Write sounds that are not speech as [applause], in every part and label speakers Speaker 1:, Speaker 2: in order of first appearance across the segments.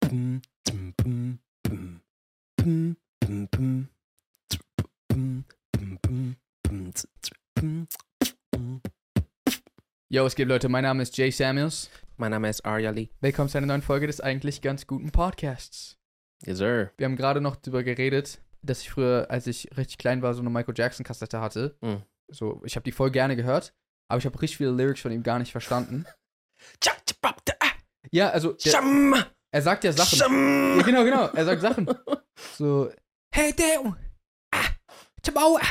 Speaker 1: pum, zum, pum, pum, pum, pum, pum, zu, pum, pum, pum, pum, zu, zu, pum, pum.
Speaker 2: Yo, es geht Leute, mein Name ist Jay Samuels.
Speaker 3: Mein Name ist Arya Lee.
Speaker 2: Willkommen zu einer neuen Folge des eigentlich ganz guten Podcasts.
Speaker 3: Yes, sir.
Speaker 2: Wir haben gerade noch darüber geredet, dass ich früher, als ich richtig klein war, so eine Michael Jackson-Kassette hatte.
Speaker 3: Mm.
Speaker 2: So, ich habe die voll gerne gehört, aber ich habe richtig viele Lyrics von ihm gar nicht verstanden. Ja, also, der,
Speaker 3: Scham!
Speaker 2: er sagt ja Sachen. Ja,
Speaker 3: Scham!
Speaker 2: genau, genau. Er sagt Sachen. So, hey, der. ah, Tschabau, ah.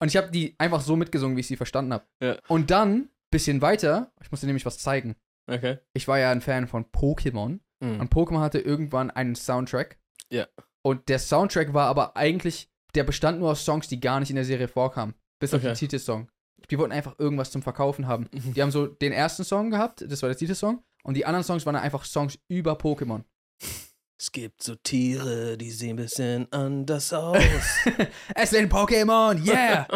Speaker 2: Und ich habe die einfach so mitgesungen, wie ich sie verstanden habe.
Speaker 3: Ja.
Speaker 2: Und dann, bisschen weiter, ich musste nämlich was zeigen.
Speaker 3: Okay.
Speaker 2: Ich war ja ein Fan von Pokémon.
Speaker 3: Mm.
Speaker 2: Und Pokémon hatte irgendwann einen Soundtrack.
Speaker 3: Ja.
Speaker 2: Und der Soundtrack war aber eigentlich, der bestand nur aus Songs, die gar nicht in der Serie vorkamen. Bis auf
Speaker 3: Okay. Mhm.
Speaker 2: den Titelsong. Die wollten einfach irgendwas zum Verkaufen haben. Die haben so den ersten Song gehabt, das war der Titelsong. Und die anderen Songs waren einfach Songs über Pokémon.
Speaker 3: Es gibt so Tiere, die sehen ein bisschen anders [laughs] aus.
Speaker 2: Es sind Pokémon,
Speaker 3: [laughs]
Speaker 2: yeah!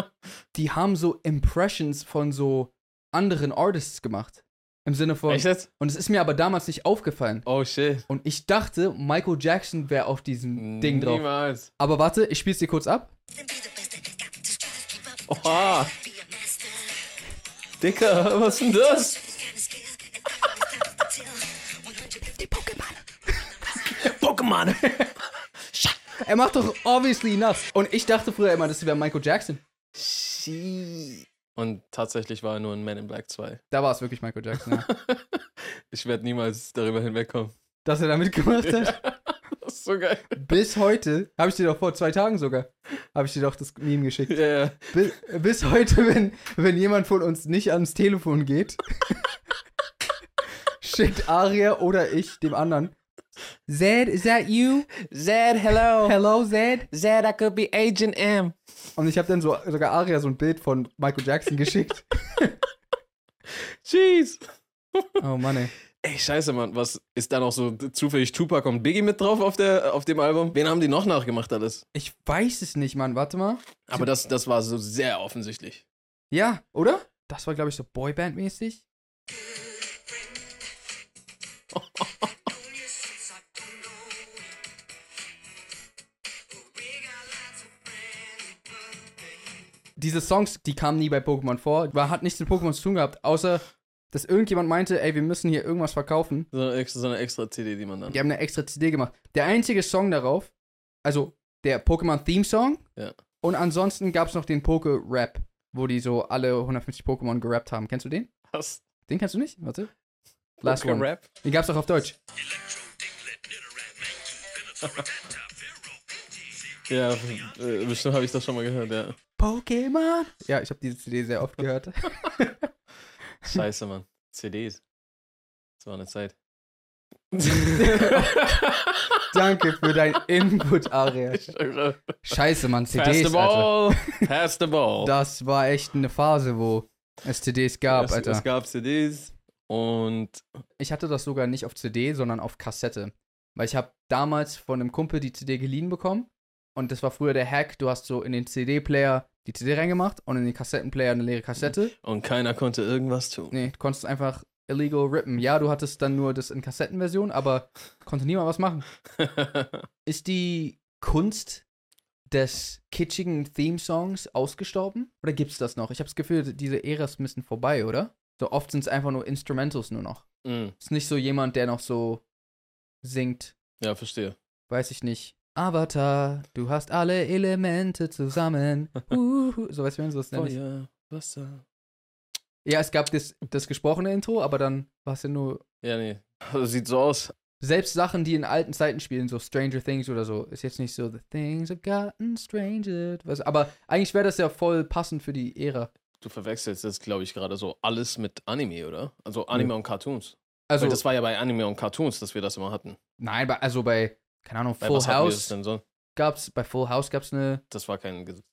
Speaker 2: die haben so Impressions von so anderen Artists gemacht. Im Sinne von.
Speaker 3: jetzt?
Speaker 2: Und es ist mir aber damals nicht aufgefallen.
Speaker 3: Oh shit.
Speaker 2: Und ich dachte, Michael Jackson wäre auf
Speaker 3: Mm.
Speaker 2: diesem Ding drauf.
Speaker 3: Niemals.
Speaker 2: Aber warte, ich spiel's dir kurz ab.
Speaker 3: Oha. Ah. Dicker, was ist denn das? Pokémon!
Speaker 2: Er macht doch obviously enough. Und ich dachte früher immer, das wäre Michael Jackson.
Speaker 3: Pokémon! Und tatsächlich war er nur in Man in Black 2.
Speaker 2: Da war es wirklich Michael Jackson, ja.
Speaker 3: Ich werde niemals darüber hinwegkommen.
Speaker 2: Dass er da mitgemacht hat.
Speaker 3: Das ist so geil.
Speaker 2: Bis heute, habe ich dir doch vor zwei Tagen sogar, habe ich dir doch das Meme geschickt.
Speaker 3: Ja, ja.
Speaker 2: Bis, bis heute, wenn, wenn jemand von uns nicht ans Telefon geht, [laughs] schickt Aria oder ich dem anderen. Zed, is that you?
Speaker 3: Zed, hello.
Speaker 2: Hello, Zed?
Speaker 3: Zed, I could be Agent M.
Speaker 2: Und ich habe dann so, sogar Aria so ein Bild von Michael Jackson geschickt.
Speaker 3: Jeez.
Speaker 2: Oh Mann, ey.
Speaker 3: Ey, scheiße, Mann. Was ist da noch so zufällig Tupac und Biggie mit drauf auf, der, auf dem Album? Wen haben die noch nachgemacht alles?
Speaker 2: Ich weiß es nicht, Mann. Warte mal.
Speaker 3: Aber das, das war so sehr offensichtlich.
Speaker 2: Ja, oder? Das war, glaube ich, so Boyband-mäßig. Diese Songs, die kamen nie bei Pokémon vor. War, hat nichts mit Pokémon zu tun gehabt, außer dass irgendjemand meinte, ey, wir müssen hier irgendwas verkaufen.
Speaker 3: So eine extra, so eine extra CD, die man dann.
Speaker 2: Die haben eine extra CD gemacht. Der einzige Song darauf, also der Pokémon-Theme-Song.
Speaker 3: Ja.
Speaker 2: Und ansonsten gab es noch den Poké-Rap, wo die so alle 150 Pokémon gerappt haben. Kennst du den?
Speaker 3: Was?
Speaker 2: Den kennst du nicht? Warte. Last
Speaker 3: Poker
Speaker 2: one.
Speaker 3: Rap?
Speaker 2: Den gab's auch auf Deutsch.
Speaker 3: Ja, äh, bestimmt habe ich das schon mal gehört, ja.
Speaker 2: Pokémon. Ja, ich habe diese CD sehr
Speaker 3: [laughs]
Speaker 2: oft gehört.
Speaker 3: Scheiße, Mann. CDs. Das war eine
Speaker 2: [laughs]
Speaker 3: Zeit.
Speaker 2: Danke für deinen Input,
Speaker 3: [laughs]
Speaker 2: Aria.
Speaker 3: Pass
Speaker 2: Scheiße, Mann,
Speaker 3: the
Speaker 2: CDs, Alter. [laughs]
Speaker 3: ball. Pass the ball.
Speaker 2: Das war echt eine Phase, wo es CDs gab,
Speaker 3: es, es
Speaker 2: Alter.
Speaker 3: gab CDs und
Speaker 2: Ich hatte das sogar nicht auf CD, sondern auf Kassette. Weil ich habe damals von einem Kumpel die CD geliehen bekommen. Und das war früher der Hack. Du hast so in den CD-Player die CD reingemacht und in den Kassettenplayer eine leere Kassette.
Speaker 3: Und keiner konnte irgendwas tun. [laughs]
Speaker 2: Nee, du konntest einfach illegal rippen. Ja, du hattest dann nur das in Kassettenversion, aber konnte niemand was machen. Ist die Kunst des kitschigen Theme-Songs ausgestorben? Oder gibt's das noch? Ich habe das Gefühl, diese Ära ist ein bisschen vorbei, oder? So oft sind es einfach nur Instrumentals nur noch.
Speaker 3: Mm,
Speaker 2: Ist nicht so jemand, der noch so singt,
Speaker 3: ja, verstehe.
Speaker 2: weiß ich nicht. Avatar, du hast alle Elemente zusammen. Uhu, so weißt du, wie man das nennt.
Speaker 3: Feuer, Wasser.
Speaker 2: Ja, es gab das, das gesprochene Intro, aber dann war es ja nur
Speaker 3: Ja, nee. Das sieht so aus.
Speaker 2: selbst Sachen, die in alten Zeiten spielen, so Stranger Things oder so, ist jetzt nicht so The Things have gotten stranger. Was, aber eigentlich wäre das ja voll passend für die Ära.
Speaker 3: Du verwechselst jetzt, glaube ich, gerade so alles mit Anime, oder? Also Anime und Cartoons.
Speaker 2: Also,
Speaker 3: Weil das war ja bei Anime und Cartoons, dass wir das immer hatten.
Speaker 2: nein, bei, also bei, keine Ahnung,
Speaker 3: Bei
Speaker 2: Full
Speaker 3: was hatten wir das
Speaker 2: House
Speaker 3: denn so?
Speaker 2: gab's, bei Full House gab's eine.
Speaker 3: Das war kein. Ges-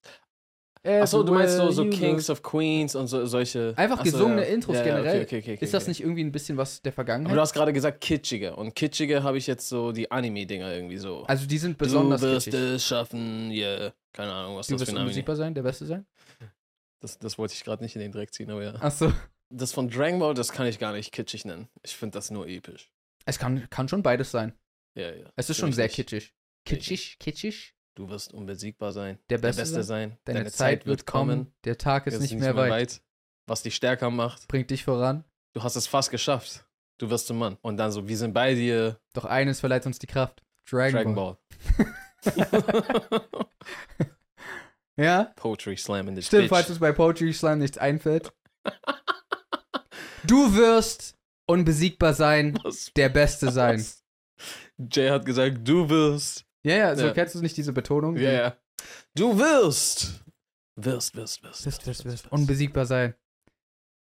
Speaker 3: Achso, du meinst so, so Kings of Queens und so, solche.
Speaker 2: Einfach
Speaker 3: Achso,
Speaker 2: gesungene Intros
Speaker 3: okay,
Speaker 2: generell.
Speaker 3: okay, okay, okay,
Speaker 2: Ist das
Speaker 3: okay.
Speaker 2: nicht irgendwie ein bisschen was
Speaker 3: Aber
Speaker 2: der
Speaker 3: du
Speaker 2: Vergangenheit?
Speaker 3: hast gerade gesagt kitschige. Und kitschige habe ich jetzt so die Anime-Dinger irgendwie so.
Speaker 2: Also, die sind besonders
Speaker 3: du wirst
Speaker 2: kitschig.
Speaker 3: es schaffen, yeah. Keine Ahnung, was
Speaker 2: Du
Speaker 3: das
Speaker 2: wirst
Speaker 3: für ein Anime
Speaker 2: unbesiegbar sein, der Beste sein?
Speaker 3: Das, das wollte ich gerade nicht in den Dreck ziehen, aber ja.
Speaker 2: Achso.
Speaker 3: Das von Dragon Ball, das kann ich gar nicht kitschig nennen. Ich finde das nur episch.
Speaker 2: Es kann, kann schon beides sein.
Speaker 3: Ja, ja.
Speaker 2: Es ist schon sehr
Speaker 3: Richtig.
Speaker 2: kitschig. Kitschig, kitschig.
Speaker 3: Du wirst unbesiegbar sein.
Speaker 2: Der Beste,
Speaker 3: der Beste sein.
Speaker 2: Deine, Zeit, wird kommen. Der Tag ist,
Speaker 3: Ist
Speaker 2: nicht, mehr, weit.
Speaker 3: Was dich stärker macht.
Speaker 2: Bringt dich voran.
Speaker 3: Du hast es fast geschafft. Du wirst zum Mann. Und dann so, wir sind bei dir.
Speaker 2: Doch eines verleiht uns die Kraft. Dragon,
Speaker 3: Dragon
Speaker 2: Ball.
Speaker 3: Ball.
Speaker 2: [laughs] Ja?
Speaker 3: Poetry Slam in the
Speaker 2: Stimmt,
Speaker 3: bitch.
Speaker 2: falls uns bei Poetry Slam
Speaker 3: [laughs]
Speaker 2: nichts einfällt. du wirst unbesiegbar sein,
Speaker 3: Was?
Speaker 2: der Beste sein.
Speaker 3: Jay hat gesagt, du wirst.
Speaker 2: Ja, ja, so
Speaker 3: Ja.
Speaker 2: kennst du nicht diese Betonung?
Speaker 3: Ja, ja. Du wirst. Wirst, wirst, wirst.
Speaker 2: Wirst, wirst, wirst. Unbesiegbar sein.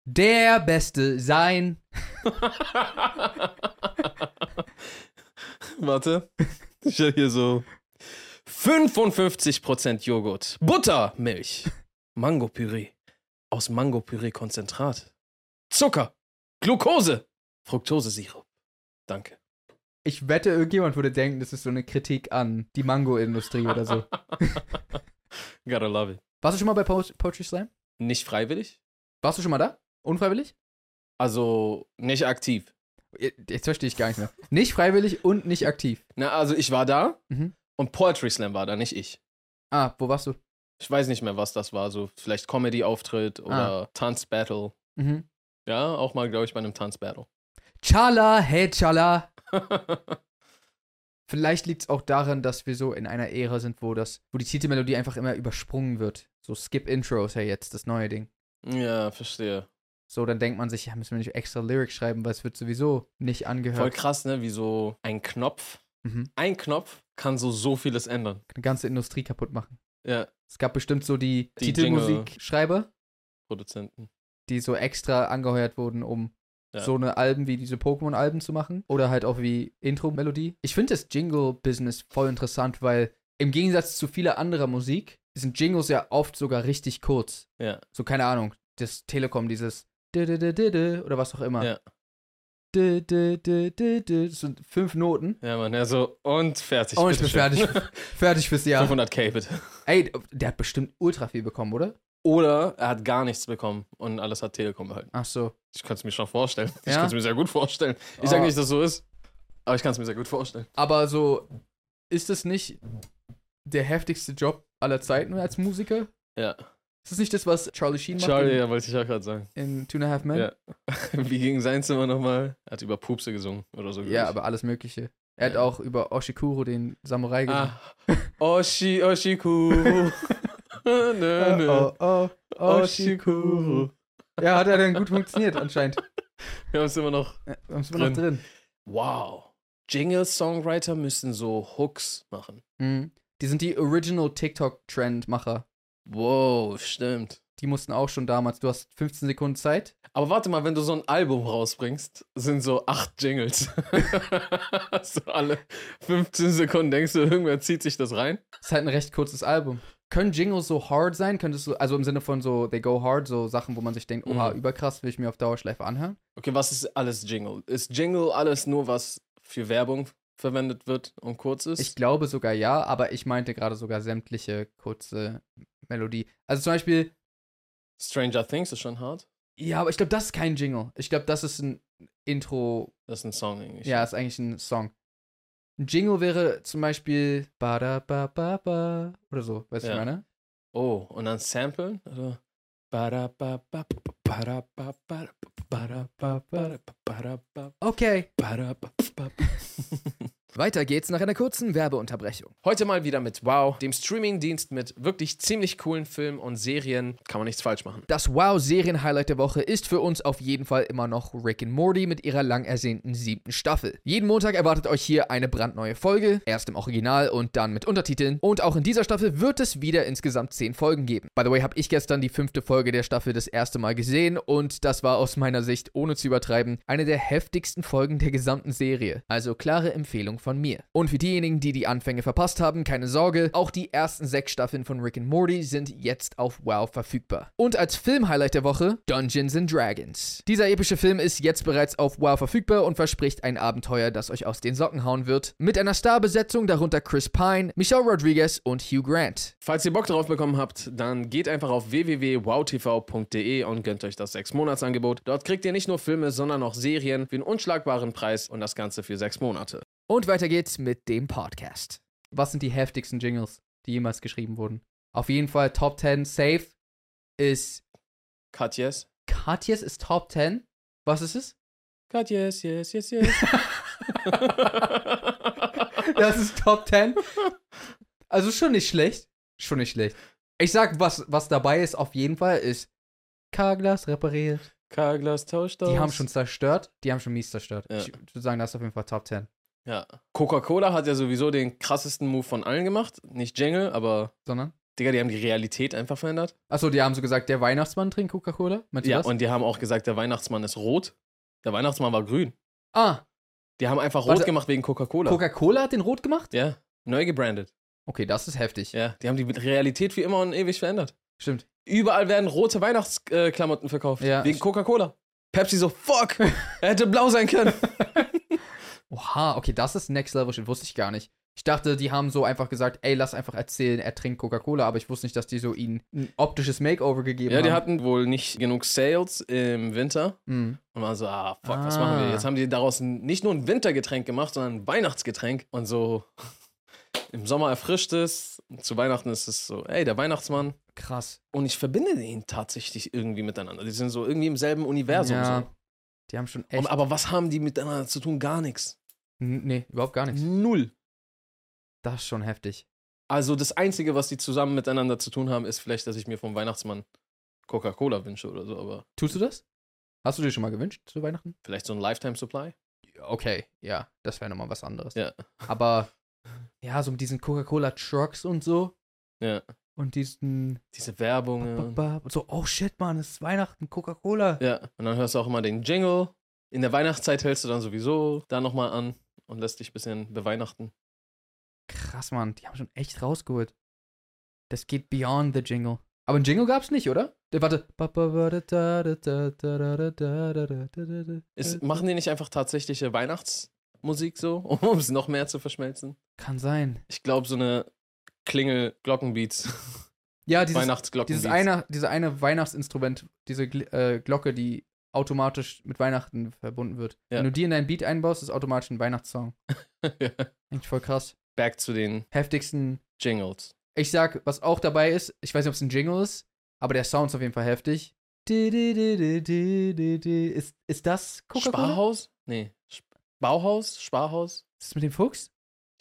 Speaker 2: Der Beste sein.
Speaker 3: Warte. Ich hab hier so 55% Joghurt, Butter, Milch, Mangopüree, aus Mangopüree-Konzentrat, Zucker, Glucose, Fructosesirup. Danke.
Speaker 2: Ich wette, irgendjemand würde denken, das ist so eine Kritik an die Mango-Industrie oder so.
Speaker 3: Gotta love it.
Speaker 2: Warst du schon mal bei po Poetry Slam?
Speaker 3: Nicht freiwillig?
Speaker 2: Warst du schon mal da? Unfreiwillig?
Speaker 3: Also nicht aktiv.
Speaker 2: Jetzt verstehe ich gar nicht mehr. Nicht freiwillig und nicht aktiv.
Speaker 3: Na, also ich war da
Speaker 2: Mhm.
Speaker 3: und Poetry Slam war da, nicht ich.
Speaker 2: Ah, wo warst du?
Speaker 3: Ich weiß nicht mehr, was das war. So vielleicht
Speaker 2: Ah.
Speaker 3: Comedy-Auftritt oder Tanzbattle.
Speaker 2: Mhm.
Speaker 3: Ja, auch mal, glaube ich, bei einem Tanzbattle.
Speaker 2: Chala, hey Chala. Vielleicht liegt es auch daran, dass wir so in einer Ära sind, wo das, wo die Titelmelodie einfach immer übersprungen wird. So Skip-Intro ist ja jetzt das neue Ding.
Speaker 3: ja, verstehe.
Speaker 2: So, dann denkt man sich, ja, müssen wir nicht extra Lyrics schreiben, weil es wird sowieso nicht
Speaker 3: Voll
Speaker 2: angehört.
Speaker 3: krass, ne? Wie so ein Knopf.
Speaker 2: Mhm.
Speaker 3: Ein Knopf kann so, so vieles ändern.
Speaker 2: Eine ganze Industrie kaputt machen.
Speaker 3: Ja,
Speaker 2: Es gab bestimmt so die,
Speaker 3: Die
Speaker 2: Titelmusikschreiber,
Speaker 3: Produzenten.
Speaker 2: die so extra angeheuert wurden, um
Speaker 3: Ja.
Speaker 2: so eine Alben wie diese Pokémon-Alben zu machen. Oder halt auch wie Intro-Melodie. Ich finde das Jingle-Business voll interessant, weil im Gegensatz zu vieler anderer Musik sind Jingles ja oft sogar richtig kurz.
Speaker 3: Ja.
Speaker 2: So, keine Ahnung, das Telekom, dieses dü-dü-dü-dü-dü oder was auch immer.
Speaker 3: Ja.
Speaker 2: Dü-dü-dü-dü-dü. Das sind fünf Noten.
Speaker 3: Ja, Mann, ja, so und fertig.
Speaker 2: Oh, ich bin
Speaker 3: bitteschön.
Speaker 2: fertig.
Speaker 3: [laughs]
Speaker 2: Fertig fürs Jahr.
Speaker 3: 500k, bitte.
Speaker 2: Ey, der hat bestimmt ultra viel bekommen, oder?
Speaker 3: Oder er hat gar nichts bekommen und alles hat Telekom behalten.
Speaker 2: Ach so.
Speaker 3: Ich kann es mir schon vorstellen. [laughs] Ich
Speaker 2: Ja?
Speaker 3: kann es mir sehr gut vorstellen. Ich sage
Speaker 2: Oh.
Speaker 3: nicht, dass es so ist, aber ich kann es mir sehr gut vorstellen.
Speaker 2: Aber so, ist das nicht der heftigste Job aller Zeiten als Musiker?
Speaker 3: Ja.
Speaker 2: Ist das nicht das, was Charlie Sheen macht
Speaker 3: Charlie, ja, wollte ich ja gerade sagen. [laughs]
Speaker 2: in, in Two and a Half Men?
Speaker 3: Ja. Wie ging sein Zimmer nochmal? Er hat über Pupse gesungen oder so. glaub
Speaker 2: Ja,
Speaker 3: ich.
Speaker 2: aber alles Mögliche. Er hat
Speaker 3: Ja.
Speaker 2: auch über Oshikuro, den Samurai, gesungen.
Speaker 3: Ah, Oshi, [laughs] Oshikuru. nö, [laughs] nö.
Speaker 2: oh,
Speaker 3: Oshikuru.
Speaker 2: Ja, hat er dann gut funktioniert anscheinend.
Speaker 3: Wir haben es immer noch.
Speaker 2: Ja, haben wir noch drin.
Speaker 3: Wow. Jingle-Songwriter müssen so Hooks machen.
Speaker 2: Mhm. Die sind die Original TikTok-Trend-Macher.
Speaker 3: Wow, stimmt.
Speaker 2: Die mussten auch schon damals. Du hast 15 Sekunden Zeit.
Speaker 3: Aber warte mal, wenn du so ein Album rausbringst, sind so acht Jingles. [laughs] so alle 15 Sekunden denkst du, irgendwer zieht sich das rein.
Speaker 2: Ist halt ein recht kurzes Album. Können Jingles so hard sein? Könnte es so, also im Sinne von so, they go hard, so Sachen, wo man sich denkt, oha,
Speaker 3: Mhm.
Speaker 2: überkrass, will ich mir auf Dauerschleife anhören?
Speaker 3: Okay, was ist alles Jingle? Ist Jingle alles nur, was für Werbung verwendet wird und kurz ist?
Speaker 2: Ich glaube sogar ja, aber ich meinte gerade sogar sämtliche kurze Melodie. Also zum Beispiel,
Speaker 3: Stranger Things ist schon hart.
Speaker 2: ja, aber ich glaube, das ist kein Jingle. Ich glaube, das ist ein Intro,
Speaker 3: Das ist ein Song eigentlich.
Speaker 2: ja, ist eigentlich ein Song. Ein Jingle wäre zum Beispiel ba da ba ba ba oder so, weißt du, was
Speaker 3: Ja.
Speaker 2: ich meine?
Speaker 3: Oh, und dann samplen? Also, Oder? Ba-da-ba-ba, ba-da-ba, ba-da-ba, ba-da-ba, ba-da-ba, ba-da-ba,
Speaker 2: Okay,
Speaker 3: ba-da-ba, ba-da-ba.
Speaker 2: weiter geht's nach einer kurzen Werbeunterbrechung.
Speaker 3: Heute mal wieder mit Wow, dem Streamingdienst mit wirklich ziemlich coolen Filmen und Serien. Kann man nichts falsch machen.
Speaker 2: Das Wow-Serien-Highlight der Woche ist für uns auf jeden Fall immer noch Rick and Morty mit ihrer lang ersehnten siebten Staffel. Jeden Montag erwartet euch hier eine brandneue Folge, erst im Original und dann mit Untertiteln. Und auch in dieser Staffel wird es wieder insgesamt zehn Folgen geben. By the way, habe ich gestern die fünfte Folge der Staffel das erste Mal gesehen und das war aus meiner Sicht, ohne zu übertreiben, eine der heftigsten Folgen der gesamten Serie. Also klare Empfehlung von mir. Und für diejenigen, die die Anfänge verpasst haben, keine Sorge, auch die ersten sechs Staffeln von Rick and Morty sind jetzt auf Wow verfügbar. Und als Film-Highlight der Woche Dungeons and Dragons. Dieser epische Film ist jetzt bereits auf Wow verfügbar und verspricht ein Abenteuer, das euch aus den Socken hauen wird, mit einer Starbesetzung darunter Chris Pine, Michelle Rodriguez und Hugh Grant.
Speaker 3: Falls ihr Bock drauf bekommen habt, dann geht einfach auf www.wowtv.de und gönnt euch das 6-Monats-Angebot. Dort kriegt ihr nicht nur Filme, sondern auch Serien für einen unschlagbaren Preis und das Ganze für 6 Monate.
Speaker 2: Und weiter geht's mit dem Podcast. Was sind die heftigsten Jingles, die jemals geschrieben wurden? Auf jeden Fall Top 10 Safe ist
Speaker 3: Cut yes.
Speaker 2: Katjes ist Top 10. Was
Speaker 3: [laughs]
Speaker 2: ist es?
Speaker 3: Cut yes, yes, yes, [laughs] yes.
Speaker 2: Das ist Top 10. [laughs] Also schon nicht schlecht. Schon nicht schlecht. Ich sag, was, was dabei ist auf jeden Fall, ist Carglass repariert.
Speaker 3: Carglass tauscht aus.
Speaker 2: Die haben schon zerstört. Die haben schon mies zerstört.
Speaker 3: Ja.
Speaker 2: Ich würde sagen, das ist auf jeden Fall Top 10.
Speaker 3: Ja. Coca-Cola hat ja sowieso den krassesten Move von allen gemacht. Nicht Jingle, aber
Speaker 2: Sondern?
Speaker 3: Digga, die haben die Realität einfach verändert.
Speaker 2: Achso, die haben so gesagt, der Weihnachtsmann trinkt Coca-Cola. Meinst du
Speaker 3: Ja,
Speaker 2: das?
Speaker 3: und die haben auch gesagt, der Weihnachtsmann ist rot. Der Weihnachtsmann war grün.
Speaker 2: ah,
Speaker 3: Die haben einfach rot
Speaker 2: Warte.
Speaker 3: gemacht wegen Coca-Cola.
Speaker 2: Coca-Cola hat den rot gemacht?
Speaker 3: ja, neu gebrandet.
Speaker 2: Okay, das ist heftig.
Speaker 3: Ja, die haben die Realität wie immer und ewig verändert.
Speaker 2: Stimmt.
Speaker 3: Überall werden rote Weihnachtsklamotten verkauft.
Speaker 2: Ja.
Speaker 3: Wegen Coca-Cola. Pepsi so,
Speaker 2: [laughs]
Speaker 3: fuck, er hätte blau sein können.
Speaker 2: Oha, okay, das ist Next Level Shit, wusste ich gar nicht. Ich dachte, die haben so einfach gesagt, ey, lass einfach erzählen, er trinkt Coca-Cola, aber ich wusste nicht, dass die so ihm ein optisches Makeover gegeben
Speaker 3: ja, die
Speaker 2: haben.
Speaker 3: hatten wohl nicht genug Sales im Winter.
Speaker 2: Mhm.
Speaker 3: Und waren so, ah, fuck, was
Speaker 2: Ah.
Speaker 3: machen wir? Jetzt haben die daraus n- nicht nur ein Wintergetränk gemacht, sondern ein Weihnachtsgetränk. Und so [laughs] im Sommer erfrischt es. Zu Weihnachten ist es so, ey, der Weihnachtsmann.
Speaker 2: Krass.
Speaker 3: Und ich verbinde den tatsächlich irgendwie miteinander. Die sind so irgendwie im selben Universum.
Speaker 2: ja,
Speaker 3: So.
Speaker 2: die haben schon echt.
Speaker 3: Und, aber was haben die miteinander zu tun? Gar nichts.
Speaker 2: N- nee, überhaupt gar nichts.
Speaker 3: Null.
Speaker 2: Das ist schon heftig.
Speaker 3: Also das Einzige, was die zusammen miteinander zu tun haben, ist vielleicht, dass ich mir vom Weihnachtsmann Coca-Cola wünsche oder so, aber
Speaker 2: Tust du das? Hast du dir schon mal gewünscht zu Weihnachten?
Speaker 3: vielleicht so ein Lifetime-Supply.
Speaker 2: Ja, Okay, ja, das wäre nochmal was anderes. [laughs]
Speaker 3: Ja.
Speaker 2: Aber, ja, so mit diesen Coca-Cola-Trucks und so.
Speaker 3: Ja.
Speaker 2: Und diesen.
Speaker 3: Diese Werbung.
Speaker 2: Ba- ba- Und so, oh shit, Mann, es ist Weihnachten, Coca-Cola.
Speaker 3: Ja. Und dann hörst du auch immer den Jingle. In der Weihnachtszeit hältst du dann sowieso da nochmal an und lässt dich ein bisschen beweihnachten.
Speaker 2: Krass, Mann, die haben schon echt rausgeholt. Das geht beyond the Jingle. Aber ein Jingle gab's nicht, oder? Der, warte.
Speaker 3: Ist,
Speaker 2: Äh,
Speaker 3: machen die nicht einfach tatsächliche Weihnachtsmusik so, [laughs] um es noch mehr zu verschmelzen?
Speaker 2: Kann sein.
Speaker 3: Ich glaube, so eine Klingel Glockenbeats.
Speaker 2: Ja, dieses,
Speaker 3: Weihnachtsglockenbeats.
Speaker 2: dieses eine, diese eine Weihnachtsinstrument, diese Gl- äh, Glocke, die automatisch mit Weihnachten verbunden wird.
Speaker 3: Ja.
Speaker 2: Wenn du die in dein Beat einbaust, ist automatisch ein Weihnachtssong.
Speaker 3: [laughs] Ja.
Speaker 2: Eigentlich voll krass.
Speaker 3: Back zu den
Speaker 2: Heftigsten.
Speaker 3: Jingles.
Speaker 2: Ich sag, was auch dabei ist, ich weiß nicht, ob es ein Jingle ist, aber der Sound ist auf jeden Fall heftig. Ist, ist das Coca-Cola?
Speaker 3: Sparhaus? Nee. Sp- Bauhaus? Sparhaus?
Speaker 2: Ist das mit dem Fuchs?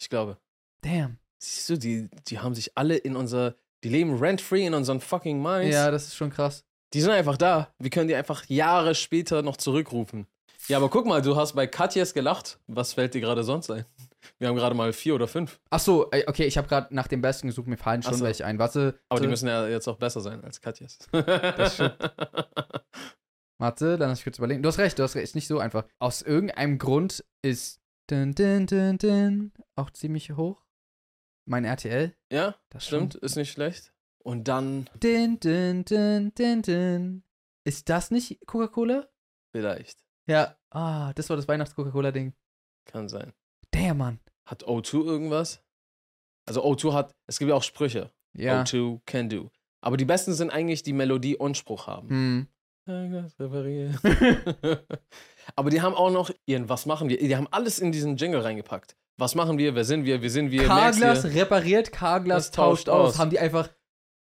Speaker 3: Ich glaube.
Speaker 2: Damn.
Speaker 3: Siehst du, die, die haben sich alle in unser. Die leben rent-free in unseren fucking Minds.
Speaker 2: Ja, das ist schon krass.
Speaker 3: Die sind einfach da. Wir können die einfach Jahre später noch zurückrufen. Ja, aber guck mal, du hast bei Katjes gelacht. Was fällt dir gerade sonst ein? Wir haben gerade mal vier oder fünf.
Speaker 2: Achso, okay, ich habe gerade nach dem Besten gesucht, mir fallen schon
Speaker 3: Ach so.
Speaker 2: welche ein. Warte,
Speaker 3: Aber die
Speaker 2: warte,
Speaker 3: müssen ja jetzt auch besser sein als Katjes.
Speaker 2: stimmt. warte, dann lass ich kurz überlegen. Du hast recht, du hast recht, ist nicht so einfach. Aus irgendeinem Grund ist dun, dun, dun, dun, auch ziemlich hoch. Mein RTL.
Speaker 3: [laughs] ja,
Speaker 2: Das
Speaker 3: stimmt.
Speaker 2: schon.
Speaker 3: Ist nicht schlecht. Und dann
Speaker 2: Dun, dun, dun, dun, dun. Ist das nicht Coca-Cola?
Speaker 3: vielleicht.
Speaker 2: Ja. Ah, das war das Weihnachts-Coca-Cola-Ding.
Speaker 3: Kann sein.
Speaker 2: Damn, Mann.
Speaker 3: Hat O2 irgendwas? Also O2 hat. Es gibt ja auch Sprüche.
Speaker 2: Ja.
Speaker 3: O2 can do. Aber die besten sind eigentlich, die Melodie und Spruch haben.
Speaker 2: Hm.
Speaker 3: Irgendwas reparieren. [laughs] Aber die haben auch noch ihren Was machen wir? Die haben alles in diesen Jingle reingepackt. Was machen wir? Wer sind wir? Wie sind wir? Merkst
Speaker 2: Carglass
Speaker 3: du?
Speaker 2: repariert,
Speaker 3: Das
Speaker 2: Carglass
Speaker 3: tauscht
Speaker 2: tauscht aus.
Speaker 3: aus.
Speaker 2: Haben die einfach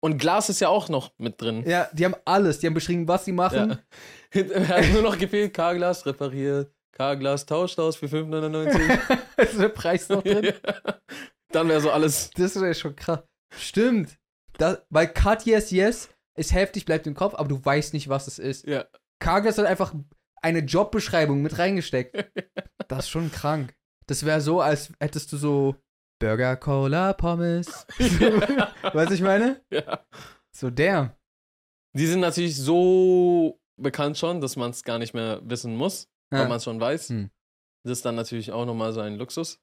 Speaker 3: Und Glas ist ja auch noch mit drin.
Speaker 2: Ja, die haben alles. Die haben beschrieben, was sie machen.
Speaker 3: [laughs] Hat nur noch gefehlt, K-Glas repariert, K-Glas tauscht aus für [laughs]
Speaker 2: [laughs]
Speaker 3: 5,99.
Speaker 2: ist der Preis noch
Speaker 3: [laughs]
Speaker 2: drin?
Speaker 3: Dann wäre so alles.
Speaker 2: das wäre schon krass. Stimmt. Das, weil Cut Yes Yes ist heftig, bleibt im Kopf, aber du weißt nicht, was es ist.
Speaker 3: Ja.
Speaker 2: Kargas hat einfach eine Jobbeschreibung mit reingesteckt. Das ist schon krank. Das wäre so, als hättest du so Burger, Cola, Pommes. [laughs] Weißt du, ich meine?
Speaker 3: ja.
Speaker 2: So, der.
Speaker 3: Die sind natürlich so bekannt schon, dass man es gar nicht mehr wissen muss. weil man
Speaker 2: Ja.
Speaker 3: es schon weiß.
Speaker 2: Hm.
Speaker 3: Das ist dann natürlich auch nochmal so ein Luxus.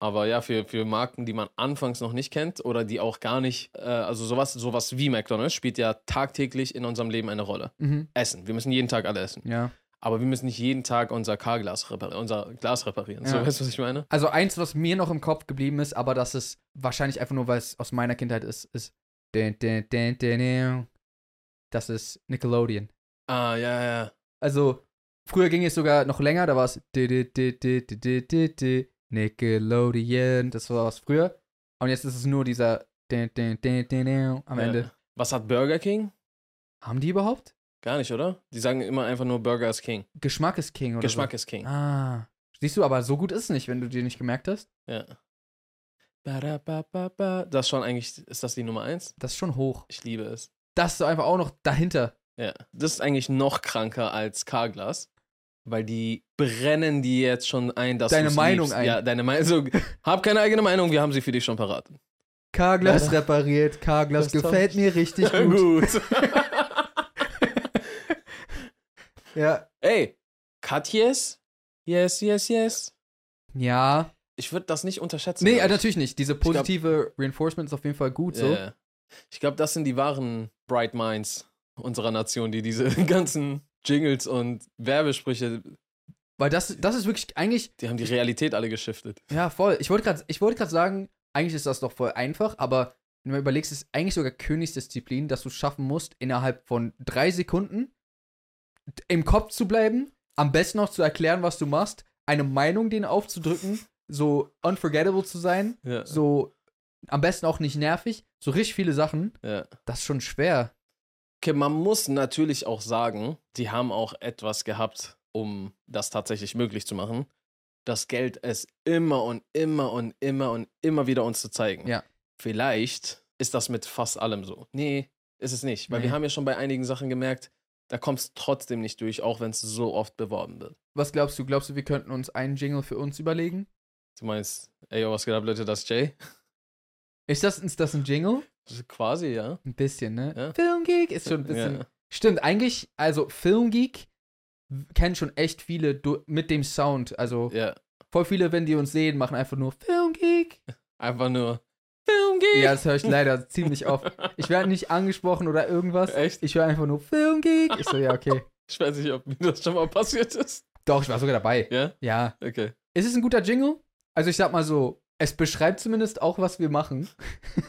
Speaker 3: Aber ja, für, für Marken, die man anfangs noch nicht kennt oder die auch gar nicht, äh, also sowas, sowas wie McDonalds spielt ja tagtäglich in unserem Leben eine Rolle.
Speaker 2: Mhm.
Speaker 3: Essen. Wir müssen jeden Tag alle essen.
Speaker 2: ja.
Speaker 3: Aber wir müssen nicht jeden Tag unser K-Glas reparieren, unser Glas reparieren. So,
Speaker 2: Ja.
Speaker 3: weißt du, was ich meine?
Speaker 2: Also eins, was mir noch im Kopf geblieben ist, aber das ist wahrscheinlich einfach nur, weil es aus meiner Kindheit ist, ist. dun, dun, dun, dun, dun. Das ist Nickelodeon.
Speaker 3: Ah, ja, ja.
Speaker 2: Also, früher ging es sogar noch länger, da war es. di- di- di- di- di- di- di- di. Nickelodeon, das war was früher. Und jetzt ist es nur dieser din, din, din, din, din, am
Speaker 3: Ja.
Speaker 2: Ende.
Speaker 3: Was hat Burger King?
Speaker 2: Haben die überhaupt?
Speaker 3: Gar nicht, oder? Die sagen immer einfach nur Burger is King.
Speaker 2: Geschmack ist King, oder?
Speaker 3: Geschmack ist
Speaker 2: so.
Speaker 3: King.
Speaker 2: Ah. Siehst du, aber so gut ist es nicht, wenn du dir nicht gemerkt hast.
Speaker 3: Ja. Ba-da-ba-ba-ba. Das ist schon eigentlich, ist das die Nummer eins?
Speaker 2: Das ist schon hoch.
Speaker 3: Ich liebe es.
Speaker 2: Das ist einfach auch noch dahinter.
Speaker 3: Ja. Das ist eigentlich noch kranker als Carglass, weil die brennen die jetzt schon ein, dass
Speaker 2: Deine
Speaker 3: du's
Speaker 2: Meinung
Speaker 3: liebst.
Speaker 2: ein.
Speaker 3: Ja, deine Meinung. Also, hab keine eigene Meinung, wir haben sie für dich schon parat.
Speaker 2: [laughs] Carglass
Speaker 3: Leider.
Speaker 2: repariert, Carglass
Speaker 3: Das taugt
Speaker 2: gefällt mir richtig gut. Ja.
Speaker 3: Ey, cut yes? Yes, yes, yes.
Speaker 2: Ja.
Speaker 3: Ich würde das nicht unterschätzen.
Speaker 2: Nee,
Speaker 3: glaub
Speaker 2: äh,
Speaker 3: ich.
Speaker 2: natürlich nicht. Diese
Speaker 3: glaub-
Speaker 2: positive Reinforcement ist auf jeden Fall gut so.
Speaker 3: Ja. Ich glaube, das sind die wahren Bright Minds unserer Nation, die diese [laughs] ganzen Jingles und Werbesprüche,
Speaker 2: Weil das, das ist wirklich eigentlich,
Speaker 3: die haben die Realität alle geschiftet.
Speaker 2: ja voll. Ich wollte gerade wollt sagen, eigentlich ist das doch voll einfach, aber wenn du mal überlegst, ist eigentlich sogar Königsdisziplin, dass du schaffen musst, innerhalb von drei Sekunden d- im Kopf zu bleiben, am besten auch zu erklären, was du machst, eine Meinung denen aufzudrücken, so unforgettable zu sein,
Speaker 3: Ja.
Speaker 2: so am besten auch nicht nervig, so richtig viele Sachen.
Speaker 3: Ja.
Speaker 2: Das ist schon schwer.
Speaker 3: Okay, man muss natürlich auch sagen, die haben auch etwas gehabt, um das tatsächlich möglich zu machen. Das Geld es immer und immer und immer und immer wieder uns zu zeigen.
Speaker 2: Ja.
Speaker 3: Vielleicht ist das mit fast allem so. Nee, ist es nicht. Weil
Speaker 2: Nee.
Speaker 3: wir haben ja schon bei einigen Sachen gemerkt, da kommt es trotzdem nicht durch, auch wenn es so oft beworben wird.
Speaker 2: Was glaubst du? Glaubst du, wir könnten uns einen Jingle für uns überlegen?
Speaker 3: Du meinst, ey, yo, was geht ab, Leute, das ist Jay?
Speaker 2: Ist das, ist das ein Jingle?
Speaker 3: Quasi, ja.
Speaker 2: Ein bisschen, ne?
Speaker 3: Ja.
Speaker 2: Filmgeek ist schon ein bisschen.
Speaker 3: Ja.
Speaker 2: Stimmt, eigentlich, also Filmgeek kennen schon echt viele du mit dem Sound. Also
Speaker 3: ja.
Speaker 2: voll viele, wenn die uns sehen, machen einfach
Speaker 3: [laughs]
Speaker 2: nur Filmgeek.
Speaker 3: Einfach nur Filmgeek.
Speaker 2: Ja, das höre ich leider ziemlich oft. Ich werde nicht angesprochen oder irgendwas.
Speaker 3: Echt?
Speaker 2: Ich höre einfach nur Filmgeek. Ich so, ja, okay.
Speaker 3: Ich weiß nicht, ob mir das schon mal passiert ist.
Speaker 2: Doch, ich war sogar dabei.
Speaker 3: Ja?
Speaker 2: Ja.
Speaker 3: Okay.
Speaker 2: Ist es ein guter Jingle? Also ich sag mal so, es beschreibt zumindest auch, was wir machen. [laughs]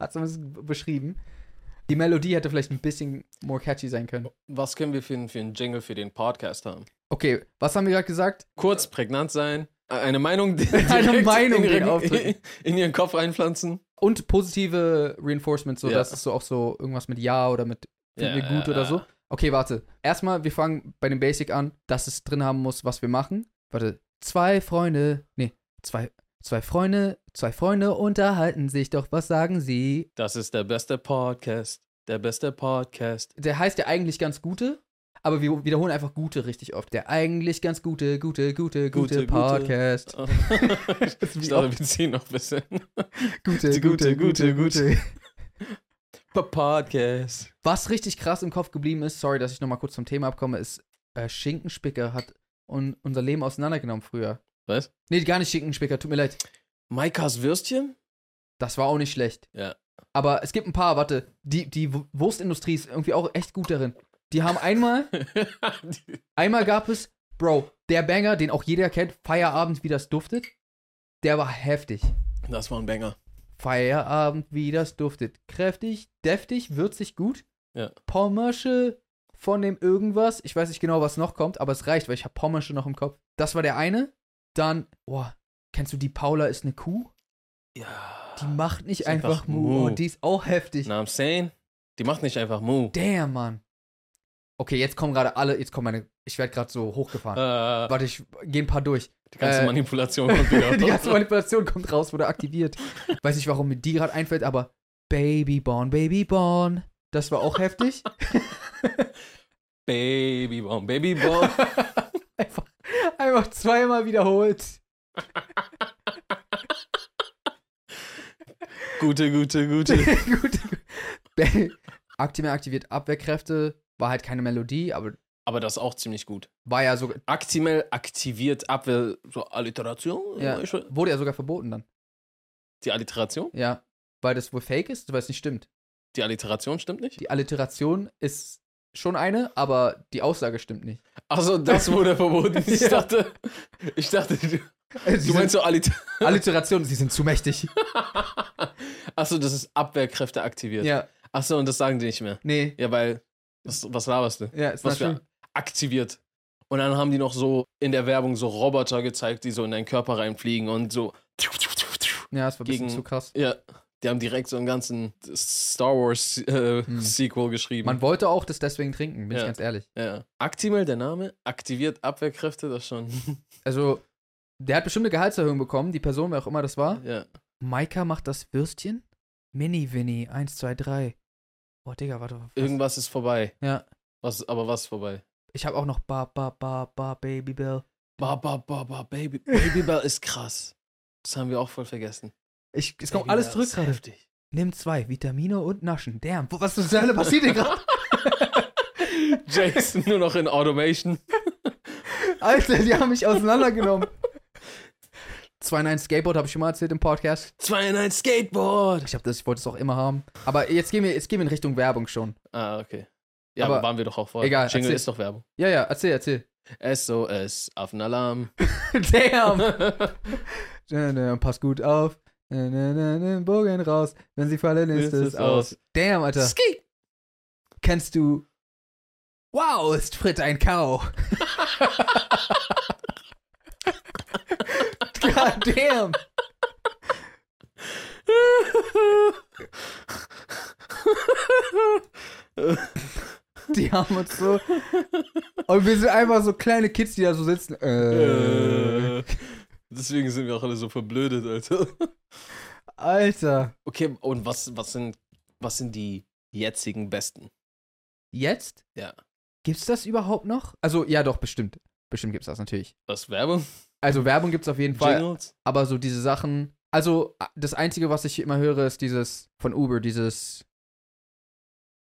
Speaker 2: Hat zumindest b- beschrieben. Die Melodie hätte vielleicht ein bisschen more catchy sein können.
Speaker 3: Was können wir für, einen- für einen Jingle für den Podcast haben?
Speaker 2: Okay, was haben wir gerade gesagt?
Speaker 3: Kurz, prägnant sein, äh, eine Meinung, [laughs] die-
Speaker 2: Eine
Speaker 3: direkt
Speaker 2: Meinung
Speaker 3: in,
Speaker 2: den
Speaker 3: ihren,
Speaker 2: aufdrücken.
Speaker 3: [laughs] in ihren Kopf einpflanzen.
Speaker 2: Und positive Reinforcement, so
Speaker 3: Ja.
Speaker 2: dass es so auch so irgendwas mit Ja oder mit Find
Speaker 3: Ja,
Speaker 2: mir gut
Speaker 3: ja,
Speaker 2: oder
Speaker 3: ja.
Speaker 2: so. Okay, warte. Erstmal, wir fangen bei dem Basic an, dass es drin haben muss, was wir machen. Warte. Zwei Freunde, nee, zwei, zwei Freunde, zwei Freunde unterhalten sich doch, was sagen sie?
Speaker 3: Das ist der beste Podcast. Der beste
Speaker 2: [laughs]
Speaker 3: Podcast.
Speaker 2: der heißt ja eigentlich ganz gute, aber wir wiederholen einfach gute richtig oft. Der eigentlich ganz gute, gute, gute, gute,
Speaker 3: Gute, gute.
Speaker 2: Podcast.
Speaker 3: Oh.
Speaker 2: [laughs] Das ist
Speaker 3: ich
Speaker 2: wie
Speaker 3: glaube,
Speaker 2: oft.
Speaker 3: wir ziehen noch ein bisschen.
Speaker 2: Gute,
Speaker 3: gute, gute, Podcast.
Speaker 2: Was richtig krass im Kopf geblieben ist, sorry, dass ich nochmal kurz zum Thema abkomme, ist, äh, Schinkenspicker hat un unser Leben auseinandergenommen früher.
Speaker 3: Was?
Speaker 2: Nee, gar nicht Schinkenspicker, tut mir leid.
Speaker 3: Maikas Würstchen? [laughs]
Speaker 2: Das war auch nicht schlecht.
Speaker 3: Ja.
Speaker 2: Aber es gibt ein paar, warte, die, die W- Wurstindustrie ist irgendwie auch echt gut darin. Die haben einmal Einmal gab es, Bro, der Banger, den auch jeder kennt, Feierabend, wie das duftet. Der war heftig.
Speaker 3: das war ein Banger.
Speaker 2: Feierabend, wie das duftet. Kräftig, deftig, würzig, gut.
Speaker 3: Ja.
Speaker 2: Pommersche von dem irgendwas. Ich weiß nicht genau, was noch kommt, aber es reicht, weil ich habe Pommersche noch im Kopf. Das war der eine. Dann, boah, kennst du die Paula ist eine Kuh?
Speaker 3: Ja.
Speaker 2: Die macht nicht
Speaker 3: Ist
Speaker 2: einfach,
Speaker 3: einfach
Speaker 2: Mu.
Speaker 3: Mu.
Speaker 2: Und die ist auch heftig.
Speaker 3: Na, I'm saying, die macht nicht einfach Mu.
Speaker 2: Damn, Mann. Okay, jetzt kommen gerade alle, jetzt kommen meine, ich werde gerade so hochgefahren.
Speaker 3: Äh,
Speaker 2: Warte, ich gehe ein paar durch.
Speaker 3: die ganze
Speaker 2: äh,
Speaker 3: Manipulation kommt wieder.
Speaker 2: [laughs] die
Speaker 3: [laughs]
Speaker 2: ganze Manipulation kommt raus, wurde aktiviert. Weiß nicht, warum mir die gerade einfällt, aber Babyborn, Babyborn. Das war
Speaker 3: [laughs]
Speaker 2: auch heftig.
Speaker 3: Babybomb,
Speaker 2: [laughs]
Speaker 3: Babybomb.
Speaker 2: Einfach, einfach
Speaker 3: [laughs]
Speaker 2: zweimal wiederholt.
Speaker 3: gute, gute, gute.
Speaker 2: Gut. Ba- Aktimer aktiviert Abwehrkräfte. War halt keine Melodie, aber
Speaker 3: Aber das ist auch ziemlich gut.
Speaker 2: war ja sogar,
Speaker 3: Aktimel aktiviert Abwehr, so Alliteration.
Speaker 2: Ja.
Speaker 3: Ich-
Speaker 2: wurde ja sogar verboten dann.
Speaker 3: Die Alliteration?
Speaker 2: Ja. Weil das wohl fake ist, weil es nicht stimmt.
Speaker 3: Die Alliteration stimmt nicht?
Speaker 2: Die Alliteration ist schon eine, aber die Aussage stimmt nicht. [laughs]
Speaker 3: Achso, Also, das wurde verboten. Ich
Speaker 2: Ja.
Speaker 3: dachte, ich dachte, du,
Speaker 2: Sie
Speaker 3: [laughs] du meinst
Speaker 2: sind,
Speaker 3: so Alliteration.
Speaker 2: Alliteration, sie sind zu
Speaker 3: [laughs]
Speaker 2: mächtig.
Speaker 3: Achso, das ist Abwehrkräfte aktiviert.
Speaker 2: Ja,
Speaker 3: Achso, und das sagen die nicht mehr.
Speaker 2: nee.
Speaker 3: Ja, weil, was, was laberst du?
Speaker 2: Ja, ist
Speaker 3: Was
Speaker 2: natürlich.
Speaker 3: für aktiviert? Und dann haben die noch so in der Werbung so Roboter gezeigt, die so in deinen Körper reinfliegen und so.
Speaker 2: Ja, es war ein bisschen
Speaker 3: Gegen-
Speaker 2: zu krass.
Speaker 3: Ja, die haben direkt so einen ganzen Star Wars äh,
Speaker 2: Hm.
Speaker 3: Sequel geschrieben.
Speaker 2: Man wollte auch das deswegen trinken, bin
Speaker 3: Ja.
Speaker 2: ich ganz ehrlich.
Speaker 3: ja. Actimel, der Name, aktiviert Abwehrkräfte, das schon.
Speaker 2: Also, der hat bestimmt eine Gehaltserhöhung bekommen, die Person, wer auch immer das war.
Speaker 3: [laughs] ja.
Speaker 2: Maika macht das Würstchen? Mini Winnie, 1, 2, 3. Boah, Digga, warte. was-
Speaker 3: Irgendwas ist vorbei.
Speaker 2: Ja.
Speaker 3: Was, aber was ist vorbei?
Speaker 2: Ich habe auch noch Ba, Ba, Ba, Ba, Baby Bell.
Speaker 3: Ba, ba, ba, ba, Baby, Babybell ist krass. Das haben wir auch voll vergessen.
Speaker 2: Ich, es kommt
Speaker 3: Babybell
Speaker 2: alles zurück
Speaker 3: ist
Speaker 2: gerade.
Speaker 3: heftig.
Speaker 2: Nimm zwei, Vitamine und Naschen. Damn, wo- was zur [laughs] Hölle passiert denn gerade?
Speaker 3: Jason nur noch in Automation.
Speaker 2: Alter, die haben mich auseinandergenommen. 2-9 Skateboard habe ich schon mal erzählt im Podcast.
Speaker 3: 2 in 1 Skateboard.
Speaker 2: Ich, hab das, ich wollte es auch immer haben. Aber jetzt gehen, wir, jetzt gehen wir in Richtung Werbung schon.
Speaker 3: Ah, okay. Ja,
Speaker 2: Aber-
Speaker 3: aber waren wir doch auch vorher.
Speaker 2: Egal,
Speaker 3: Jingle
Speaker 2: erzähl.
Speaker 3: ist doch Werbung.
Speaker 2: Ja, ja, erzähl, erzähl.
Speaker 3: SOS, Affenalarm.
Speaker 2: [laughs]
Speaker 3: [laughs]
Speaker 2: Damn. Na, na, Pass ne, gut auf. Äh, Na, na, na, na, ne, Bogen raus. Wenn sie fallen, ist,
Speaker 3: Ist
Speaker 2: es
Speaker 3: es
Speaker 2: aus. Damn, Alter.
Speaker 3: Ski. [laughs]
Speaker 2: Kennst du. Wow, ist Fritt ein [laughs] Kau. God damn. Die haben uns so. Und wir sind einfach so kleine Kids, die da so sitzen. Äh,
Speaker 3: Äh, [laughs] Deswegen sind wir auch alle so verblödet, Alter.
Speaker 2: Alter.
Speaker 3: Okay, und was, was, sind, was sind die jetzigen besten?
Speaker 2: Jetzt?
Speaker 3: Ja.
Speaker 2: Gibt's das überhaupt noch? Also, ja, doch, bestimmt. Bestimmt gibt's das natürlich.
Speaker 3: Was, Werbung?
Speaker 2: Also, Werbung gibt's auf jeden Fall.
Speaker 3: Jingles?
Speaker 2: Aber so diese Sachen. Also, a- das Einzige, was ich immer höre, ist dieses von Uber, dieses.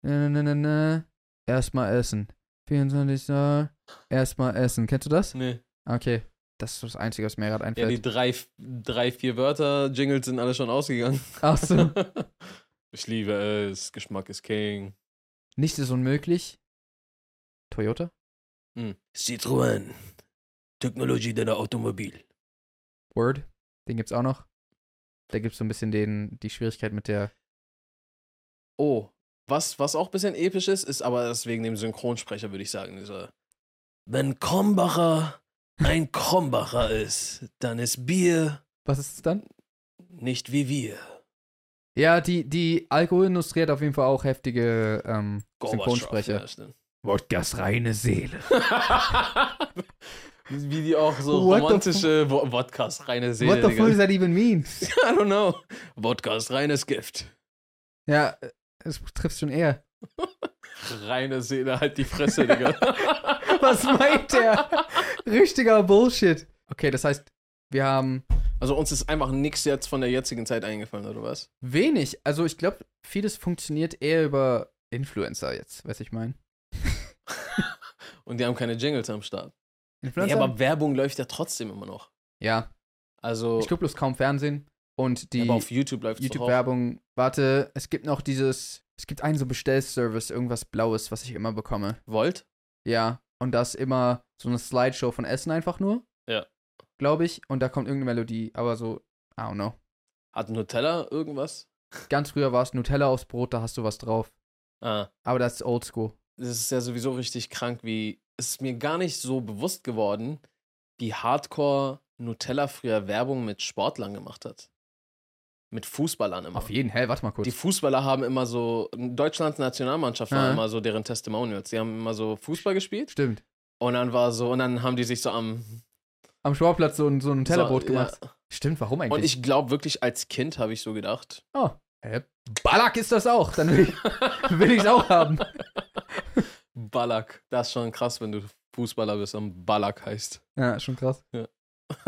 Speaker 2: Na, na, na, na, na. Erstmal essen. 24 Uhr. Erstmal essen. Kennst du das?
Speaker 3: Nee.
Speaker 2: Okay. Das ist das Einzige, was mir gerade
Speaker 3: Ja, die
Speaker 2: einfällt.
Speaker 3: drei, drei vier Wörter-Jingles sind alle schon ausgegangen.
Speaker 2: Ach so.
Speaker 3: [laughs] ich liebe es, Geschmack ist King.
Speaker 2: Nichts ist unmöglich. Toyota?
Speaker 3: Citroën, Technologie deiner Automobil.
Speaker 2: Word. Den gibt's auch noch. Da gibt's so ein bisschen den, die Schwierigkeit mit der.
Speaker 3: Oh, was, was auch ein bisschen episch ist, ist aber das wegen dem Synchronsprecher, würde ich sagen. Dieser, Wenn Kombacher ein Kombacher ist, dann ist Bier
Speaker 2: Was ist es dann?
Speaker 3: nicht wie wir.
Speaker 2: Ja, die, die Alkoholindustrie hat auf jeden Fall auch heftige ähm,
Speaker 3: Gorbatschow,
Speaker 2: Synchronsprecher.
Speaker 3: ja, stimmt.
Speaker 2: Wodkas reine Seele.
Speaker 3: [laughs] wie die auch so
Speaker 2: What the
Speaker 3: romantische Wo- Wodkas, reine Seele.
Speaker 2: What the
Speaker 3: Digga.
Speaker 2: fuck
Speaker 3: [laughs]
Speaker 2: does that even mean? [laughs]
Speaker 3: I don't know. Wodka ist reines Gift.
Speaker 2: ja, es trifft schon [laughs] eher.
Speaker 3: Reine Seele, halt die Fresse, Digga.
Speaker 2: Was meint der? Richtiger Bullshit. Okay, das heißt, wir haben
Speaker 3: [laughs] also uns ist einfach nichts jetzt von der jetzigen Zeit eingefallen, oder was?
Speaker 2: wenig. Also ich glaube, vieles funktioniert eher über Influencer jetzt, weiß ich mein.
Speaker 3: Und die haben keine Jingles am Start. Ja,
Speaker 2: Influencer?
Speaker 3: aber Werbung läuft ja trotzdem immer noch.
Speaker 2: ja,
Speaker 3: Also,
Speaker 2: ich gucke bloß kaum Fernsehen. Und die
Speaker 3: aber auf YouTube läuft es doch auch.
Speaker 2: YouTube-Werbung, warte, es gibt noch dieses, es gibt einen so Bestellservice, irgendwas Blaues, was ich immer bekomme.
Speaker 3: Volt?
Speaker 2: Ja, und das immer so eine Slideshow von Essen einfach nur.
Speaker 3: Ja.
Speaker 2: Glaube ich. Und da kommt irgendeine Melodie, aber so, I don't know.
Speaker 3: Hat Nutella irgendwas?
Speaker 2: Ganz früher war es Nutella aufs Brot, da hast du was drauf.
Speaker 3: Ah,
Speaker 2: Aber das ist oldschool.
Speaker 3: das ist ja sowieso richtig krank, wie es ist mir gar nicht so bewusst geworden, wie hardcore Nutella früher Werbung mit Sportlern gemacht hat. Mit Fußballern immer.
Speaker 2: Auf jeden Fall, warte mal kurz.
Speaker 3: Die Fußballer haben immer so, Deutschlands Nationalmannschaft war
Speaker 2: Ja.
Speaker 3: immer so deren Testimonials. Die haben immer so Fußball gespielt
Speaker 2: Stimmt.
Speaker 3: und dann war so, und dann haben die sich so am
Speaker 2: Am Sportplatz so ein, so ein Tellerbrot
Speaker 3: so,
Speaker 2: gemacht. Stimmt, warum
Speaker 3: Ja.
Speaker 2: eigentlich?
Speaker 3: Und ich glaube wirklich als Kind habe ich so gedacht.
Speaker 2: Oh. Hä? Ballack ist das auch. Dann
Speaker 3: [laughs]
Speaker 2: will ich will ich's auch haben.
Speaker 3: Ballack, das ist schon krass, wenn du Fußballer bist und Ballack heißt.
Speaker 2: Ja, schon krass.
Speaker 3: Ja.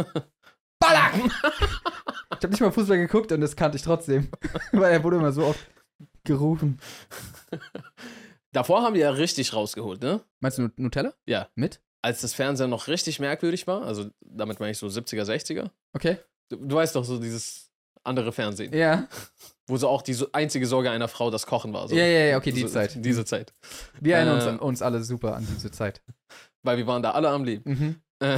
Speaker 2: [laughs] Ballack! Ich habe nicht mal Fußball geguckt und das kannte ich trotzdem. [laughs] Weil er wurde immer so oft gerufen.
Speaker 3: Davor haben die ja richtig rausgeholt, ne?
Speaker 2: Meinst du Nut- Nutella?
Speaker 3: Ja.
Speaker 2: Mit?
Speaker 3: Als das Fernsehen noch richtig merkwürdig war, also damit meine ich so 70er, 60er.
Speaker 2: Okay.
Speaker 3: Du, du weißt doch so dieses andere Fernsehen,
Speaker 2: Ja.
Speaker 3: wo so auch die so einzige Sorge einer Frau das Kochen war. So.
Speaker 2: Ja, ja, ja, okay, die
Speaker 3: so,
Speaker 2: Zeit.
Speaker 3: Diese Zeit.
Speaker 2: Wir erinnern uns,
Speaker 3: Ähm.
Speaker 2: an uns alle super an diese Zeit.
Speaker 3: Weil wir waren da alle am Leben. [laughs] Äh,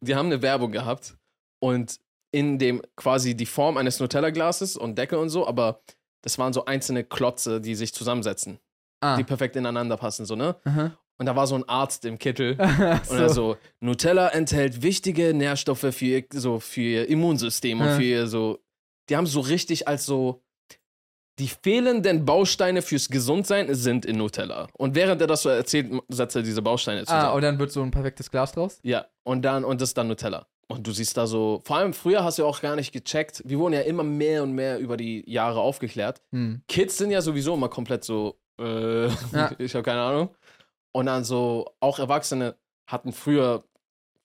Speaker 3: die haben eine Werbung gehabt und in dem quasi die Form eines Nutella-Glases und Deckel und so, aber das waren so einzelne Klotze, die sich zusammensetzen,
Speaker 2: Ah,
Speaker 3: die perfekt ineinander passen, so, ne? [laughs]
Speaker 2: aha.
Speaker 3: Und da war so ein Arzt im Kittel. Und er so, Nutella enthält wichtige Nährstoffe für ihr, so für ihr Immunsystem und
Speaker 2: Ja.
Speaker 3: für ihr so. Die haben so richtig als so. Die fehlenden Bausteine fürs Gesundsein sind in Nutella. Und während er das so erzählt, setzt er diese Bausteine zusammen.
Speaker 2: ah, und dann wird so ein perfektes Glas draus.
Speaker 3: Ja, und dann, und das ist dann Nutella. Und du siehst da so, vor allem früher hast du ja auch gar nicht gecheckt. Wir wurden ja immer mehr und mehr über die Jahre aufgeklärt.
Speaker 2: Hm.
Speaker 3: Kids sind ja sowieso immer komplett so, äh,
Speaker 2: Ja.
Speaker 3: [laughs] ich habe keine Ahnung. Und dann so, auch Erwachsene hatten früher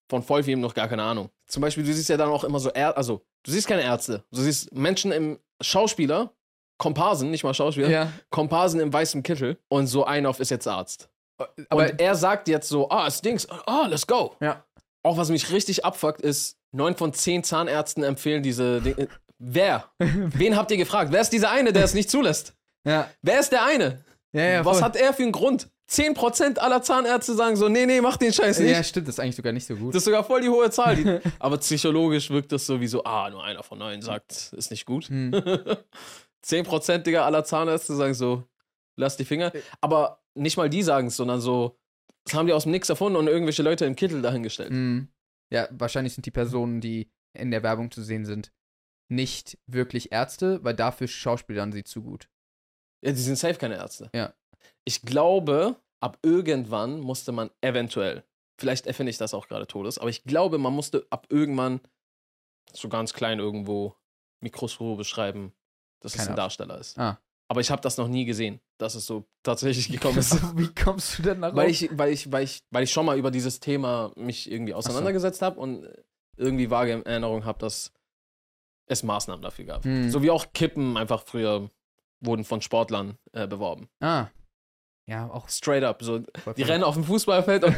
Speaker 3: von voll vielem noch gar keine Ahnung. Zum Beispiel, du siehst ja dann auch immer so, Är also, du siehst keine Ärzte. Du siehst Menschen im Schauspieler, Komparsen, nicht mal Schauspieler,
Speaker 2: Ja.
Speaker 3: Komparsen im weißen Kittel und so ein auf ist jetzt Arzt.
Speaker 2: Äh, Aber
Speaker 3: und er sagt jetzt so, ah, es Dings, ah, let's go.
Speaker 2: Ja.
Speaker 3: Auch was mich richtig abfuckt, ist, neun von zehn Zahnärzten empfehlen diese Dinge.
Speaker 2: [laughs]
Speaker 3: Wer? Wen habt ihr gefragt? Wer ist dieser eine, der es nicht zulässt?
Speaker 2: ja,
Speaker 3: Wer ist der eine?
Speaker 2: ja, ja.
Speaker 3: was
Speaker 2: voll.
Speaker 3: hat er für einen Grund? 10% aller Zahnärzte sagen so, nee, nee, mach den Scheiß nicht.
Speaker 2: Ja, stimmt, das ist eigentlich sogar nicht so gut.
Speaker 3: Das ist sogar voll die hohe Zahl.
Speaker 2: [laughs]
Speaker 3: Die, aber psychologisch wirkt das sowieso, ah, nur einer von neun sagt, ist nicht
Speaker 2: [laughs]
Speaker 3: gut.
Speaker 2: Hm.
Speaker 3: 10% Digga, aller Zahnärzte sagen so, lass die Finger. Aber nicht mal die sagen es, sondern so, das haben die aus dem Nix erfunden und irgendwelche Leute im Kittel dahingestellt.
Speaker 2: Mhm. Ja, wahrscheinlich sind die Personen, die in der Werbung zu sehen sind, nicht wirklich Ärzte, weil dafür schauspielern sie zu gut.
Speaker 3: Ja, die sind safe keine Ärzte.
Speaker 2: Ja.
Speaker 3: Ich glaube, ab irgendwann musste man eventuell, vielleicht erfinde ich das auch gerade todes, aber ich glaube, man musste ab irgendwann so ganz klein irgendwo Mikroskop beschreiben, dass es ein
Speaker 2: Keine Ahnung.
Speaker 3: Darsteller ist.
Speaker 2: Ah.
Speaker 3: Aber ich habe das noch nie gesehen, dass es so tatsächlich
Speaker 2: [laughs]
Speaker 3: gekommen ist.
Speaker 2: Also, Wie kommst du denn nach
Speaker 3: weil ich, weil ich, weil ich, weil ich schon mal über dieses Thema mich irgendwie auseinandergesetzt habe und irgendwie vage in Erinnerung habe, dass es Maßnahmen dafür gab.
Speaker 2: Hm.
Speaker 3: So wie auch Kippen einfach früher wurden von Sportlern äh, beworben.
Speaker 2: Ah. Ja, auch.
Speaker 3: Straight up. So,
Speaker 2: voll
Speaker 3: die
Speaker 2: verrückt.
Speaker 3: rennen auf dem Fußballfeld und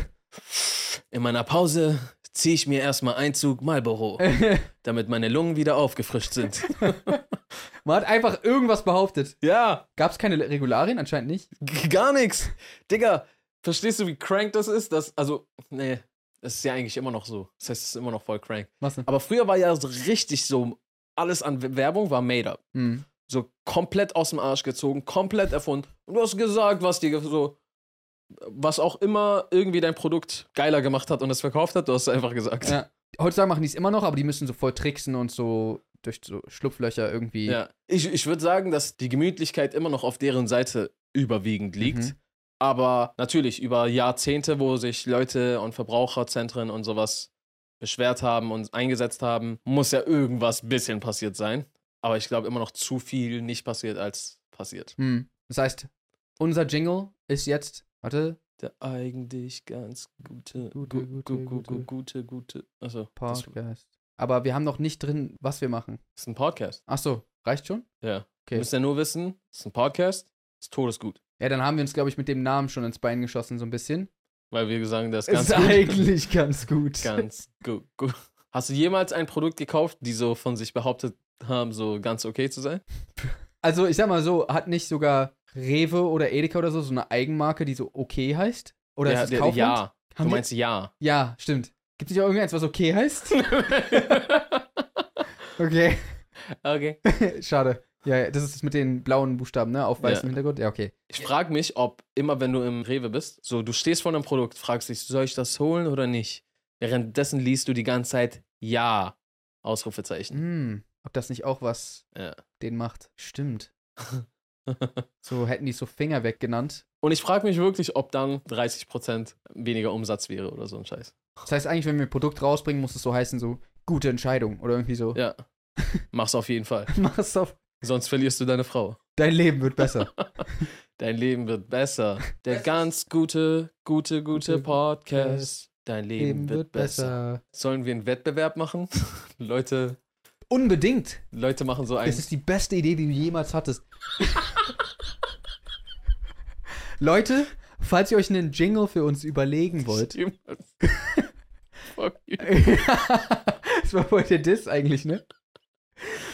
Speaker 3: in meiner Pause ziehe ich mir erstmal Einzug Marlboro,
Speaker 2: Äh.
Speaker 3: damit meine Lungen wieder aufgefrischt sind.
Speaker 2: [laughs] Man hat einfach irgendwas behauptet.
Speaker 3: ja,
Speaker 2: Gab es keine Regularien? Anscheinend nicht.
Speaker 3: g- gar nichts. Digga, verstehst du, wie crank das ist? Das, also, nee, das ist ja eigentlich immer noch so. Das heißt, es ist immer noch voll crank.
Speaker 2: Was denn?
Speaker 3: Aber früher war ja so richtig so, alles an Werbung war made up.
Speaker 2: Mhm.
Speaker 3: So komplett aus dem Arsch gezogen, komplett erfunden. Und du hast gesagt, was dir so, was auch immer irgendwie dein Produkt geiler gemacht hat und es verkauft hat, du hast es einfach gesagt.
Speaker 2: Ja. Heutzutage machen die es immer noch, aber die müssen so voll tricksen und so durch so Schlupflöcher irgendwie.
Speaker 3: Ja. Ich, ich würde sagen, dass die Gemütlichkeit immer noch auf deren Seite überwiegend liegt.
Speaker 2: Mhm.
Speaker 3: Aber natürlich über Jahrzehnte, wo sich Leute und Verbraucherzentren und sowas beschwert haben und eingesetzt haben, muss ja irgendwas bisschen passiert sein. Aber ich glaube immer noch zu viel nicht passiert als passiert.
Speaker 2: Hm. Das heißt, unser Jingle ist jetzt. Warte.
Speaker 3: Der eigentlich ganz gute, gu-
Speaker 2: Gute, gute,
Speaker 3: gu- gu-
Speaker 2: gute.
Speaker 3: gu- gute, gute. Also, das
Speaker 2: Podcast. Aber wir haben noch nicht drin, was wir machen.
Speaker 3: ist ein Podcast.
Speaker 2: Ach so, reicht schon?
Speaker 3: Ja.
Speaker 2: Okay.
Speaker 3: Du musst ja nur wissen, es ist ein Podcast, ist todesgut.
Speaker 2: Ja, dann haben wir uns, glaube ich, mit dem Namen schon ins Bein geschossen, so ein bisschen.
Speaker 3: Weil wir sagen, das ist ganz gut.
Speaker 2: eigentlich ganz [laughs] gut.
Speaker 3: Ganz gut. gut. Hast du jemals ein Produkt gekauft, die so von sich behauptet haben, so ganz okay zu sein?
Speaker 2: Also, ich sag mal so, hat nicht sogar Rewe oder Edeka oder so so eine Eigenmarke, die so okay heißt? Oder
Speaker 3: ja,
Speaker 2: ist
Speaker 3: der-
Speaker 2: es Kaufland?
Speaker 3: ja. Du
Speaker 2: Haben die-
Speaker 3: meinst
Speaker 2: [laughs]
Speaker 3: ja.
Speaker 2: Ja, stimmt. Gibt es nicht auch irgendeins, was okay
Speaker 3: [laughs]
Speaker 2: heißt? Okay,
Speaker 3: okay.
Speaker 2: schade. Ja, ja, das ist das mit den blauen Buchstaben, ne? Auf weißem
Speaker 3: Ja.
Speaker 2: Hintergrund. Ja, okay.
Speaker 3: Ich frage mich, ob immer wenn du im Rewe bist, so du stehst vor einem Produkt, fragst dich, soll ich das holen oder nicht? Währenddessen liest du die ganze Zeit ja. Ausrufezeichen.
Speaker 2: Hm, ob das nicht auch was
Speaker 3: Ja.
Speaker 2: den macht?
Speaker 3: [laughs]
Speaker 2: Stimmt. So hätten die es so Finger weg genannt.
Speaker 3: Und ich frage mich wirklich, ob dann 30% weniger Umsatz wäre oder so ein Scheiß.
Speaker 2: Das heißt eigentlich, wenn wir ein Produkt rausbringen, muss es so heißen, so gute Entscheidung oder irgendwie so.
Speaker 3: Ja. Mach's auf jeden Fall.
Speaker 2: [laughs] Mach es auf.
Speaker 3: Sonst verlierst du deine Frau.
Speaker 2: Dein Leben wird besser.
Speaker 3: Dein Leben wird besser. Der ganz gute, gute, gute
Speaker 2: Gute
Speaker 3: Podcast. Dein Leben wird besser. Sollen wir einen Wettbewerb machen? [laughs] Leute,
Speaker 2: Unbedingt.
Speaker 3: Leute machen so
Speaker 2: Das
Speaker 3: einen.
Speaker 2: ist die beste Idee, die du jemals hattest. [laughs] Leute, falls ihr euch einen Jingle für uns überlegen wollt.
Speaker 3: [laughs] Fuck you.
Speaker 2: [laughs] das war wohl der Diss eigentlich, ne?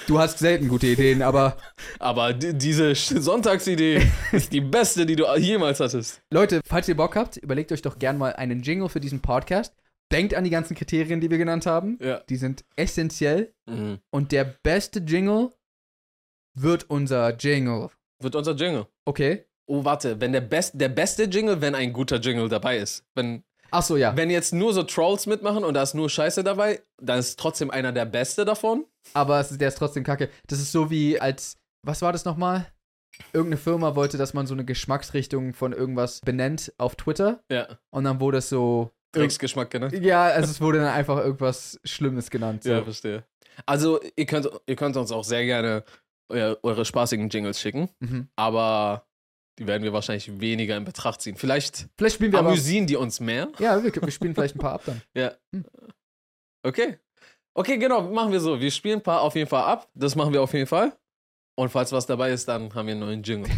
Speaker 2: Du hast selten gute Ideen, aber
Speaker 3: Aber di- diese Sch- [laughs] Sonntagsidee ist die beste, die du jemals hattest.
Speaker 2: Leute, falls ihr Bock habt, überlegt euch doch gern mal einen Jingle für diesen Podcast. Denkt an die ganzen Kriterien, die wir genannt haben.
Speaker 3: Ja.
Speaker 2: Die sind essentiell.
Speaker 3: Mhm.
Speaker 2: Und der beste Jingle wird unser Jingle.
Speaker 3: Wird unser Jingle.
Speaker 2: Okay.
Speaker 3: Oh, warte, wenn der, best, der beste Jingle, wenn ein guter Jingle dabei ist. Wenn,
Speaker 2: Achso, ja.
Speaker 3: wenn jetzt nur so Trolls mitmachen und da ist nur Scheiße dabei, dann ist trotzdem einer der Beste davon.
Speaker 2: aber es, ist- der ist trotzdem kacke. Das ist so wie als, was war das nochmal? Irgendeine Firma wollte, dass man so eine Geschmacksrichtung von irgendwas benennt auf Twitter
Speaker 3: Ja. ne?
Speaker 2: und dann wurde es so,
Speaker 3: Drecksgeschmack, genannt.
Speaker 2: ja, also es wurde dann einfach irgendwas Schlimmes genannt. So.
Speaker 3: Ja, verstehe. Also, ihr könnt, ihr könnt uns auch sehr gerne eu- eure spaßigen Jingles schicken,
Speaker 2: Mhm.
Speaker 3: aber die werden wir wahrscheinlich weniger in Betracht ziehen. Vielleicht
Speaker 2: Vielleicht spielen wir aber,
Speaker 3: amüsieren die uns mehr.
Speaker 2: ja, wir, wir spielen vielleicht ein paar ab dann.
Speaker 3: [laughs] Okay. Okay, genau, machen wir so. Wir spielen ein paar auf jeden Fall ab. Das machen wir auf jeden Fall. Und falls was dabei ist, dann haben wir einen neuen Jingle.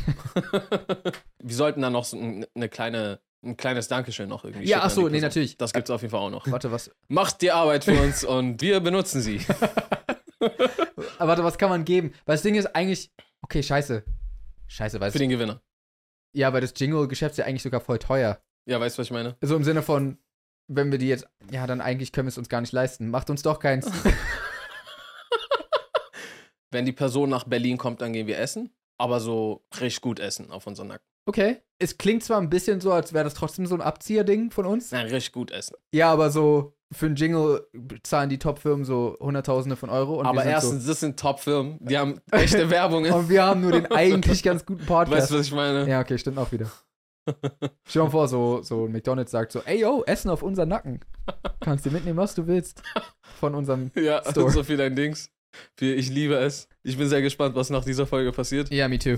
Speaker 2: [laughs]
Speaker 3: wir sollten dann noch so ein- eine kleine, ein kleines Dankeschön noch irgendwie schicken
Speaker 2: Ja, ach
Speaker 3: an
Speaker 2: so,
Speaker 3: die
Speaker 2: nee,
Speaker 3: Person.
Speaker 2: natürlich.
Speaker 3: Das gibt's auf jeden Fall auch noch.
Speaker 2: Warte, was,
Speaker 3: Macht die Arbeit für uns und wir benutzen
Speaker 2: [laughs]
Speaker 3: sie.
Speaker 2: aber ah, warte, was kann man geben? Weil das Ding ist eigentlich, okay, scheiße. Scheiße, weißt
Speaker 3: Für
Speaker 2: du.
Speaker 3: den Gewinner.
Speaker 2: Ja, weil das Jingle-Geschäft ist ja eigentlich sogar voll teuer.
Speaker 3: Ja, weißt du, was ich meine?
Speaker 2: Also im Sinne von, wenn wir die jetzt, ja, dann eigentlich können wir es uns gar nicht leisten. Macht uns doch keins.
Speaker 3: [laughs] Wenn die Person nach Berlin kommt, dann gehen wir essen. Aber so richtig gut essen auf unseren Nacken.
Speaker 2: Okay. Es klingt zwar ein bisschen so, als wäre das trotzdem so ein Abzieher-Ding von uns.
Speaker 3: Nein, richtig gut essen.
Speaker 2: Ja, aber so für einen Jingle zahlen die Top-Firmen so Hunderttausende von Euro. Und
Speaker 3: Aber
Speaker 2: wir sind
Speaker 3: erstens, das sind Top-Firmen. Die haben echte
Speaker 2: [laughs]
Speaker 3: Werbung.
Speaker 2: So, und wir haben nur den eigentlich ganz guten
Speaker 3: [laughs] Weißt
Speaker 2: Podcast.
Speaker 3: du, was ich meine?
Speaker 2: ja, okay, stimmt auch wieder. Stell dir mal vor, so, so ein McDonalds sagt so, ey, yo, Essen auf unseren Nacken. Kannst dir mitnehmen, was du willst. Von unserem...
Speaker 3: Ja,
Speaker 2: [laughs] Store.
Speaker 3: so viel dein Dings. Wir- Ich liebe es. Ich bin sehr gespannt, was nach dieser Folge passiert.
Speaker 2: Ja, me too.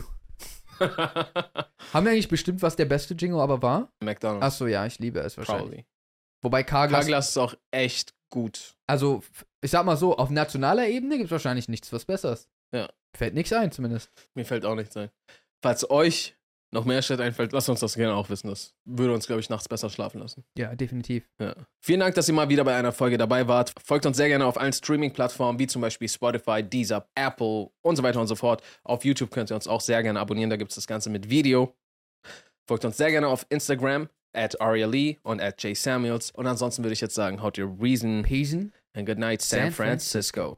Speaker 2: Haben wir eigentlich bestimmt, was der beste Jingle aber war?
Speaker 3: McDonald's.
Speaker 2: Achso, ja, ich liebe es wahrscheinlich.
Speaker 3: Probably.
Speaker 2: Wobei Carglass
Speaker 3: Carglass ist auch echt gut.
Speaker 2: Also, f- ich sag mal so, auf nationaler Ebene gibt es wahrscheinlich nichts was Besseres.
Speaker 3: Ja.
Speaker 2: Fällt nichts ein, zumindest.
Speaker 3: Mir fällt auch nichts ein. Falls euch noch mehr Shit einfällt, lasst uns das gerne auch wissen. Das würde uns, glaube ich, nachts besser schlafen lassen.
Speaker 2: Ja, definitiv.
Speaker 3: Ja. Vielen Dank, dass ihr mal wieder bei einer Folge dabei wart. Folgt uns sehr gerne auf allen Streaming-Plattformen, wie zum Beispiel Spotify, Deezer, Apple und so weiter und so fort. Auf YouTube könnt ihr uns auch sehr gerne abonnieren, da gibt es das Ganze mit Video. Folgt uns sehr gerne auf Instagram, at Aria Lee und at Jay Samuels. Und ansonsten würde ich jetzt sagen, haut ihr Reason
Speaker 2: Pesen.
Speaker 3: and good night, San,
Speaker 2: San
Speaker 3: Francisco.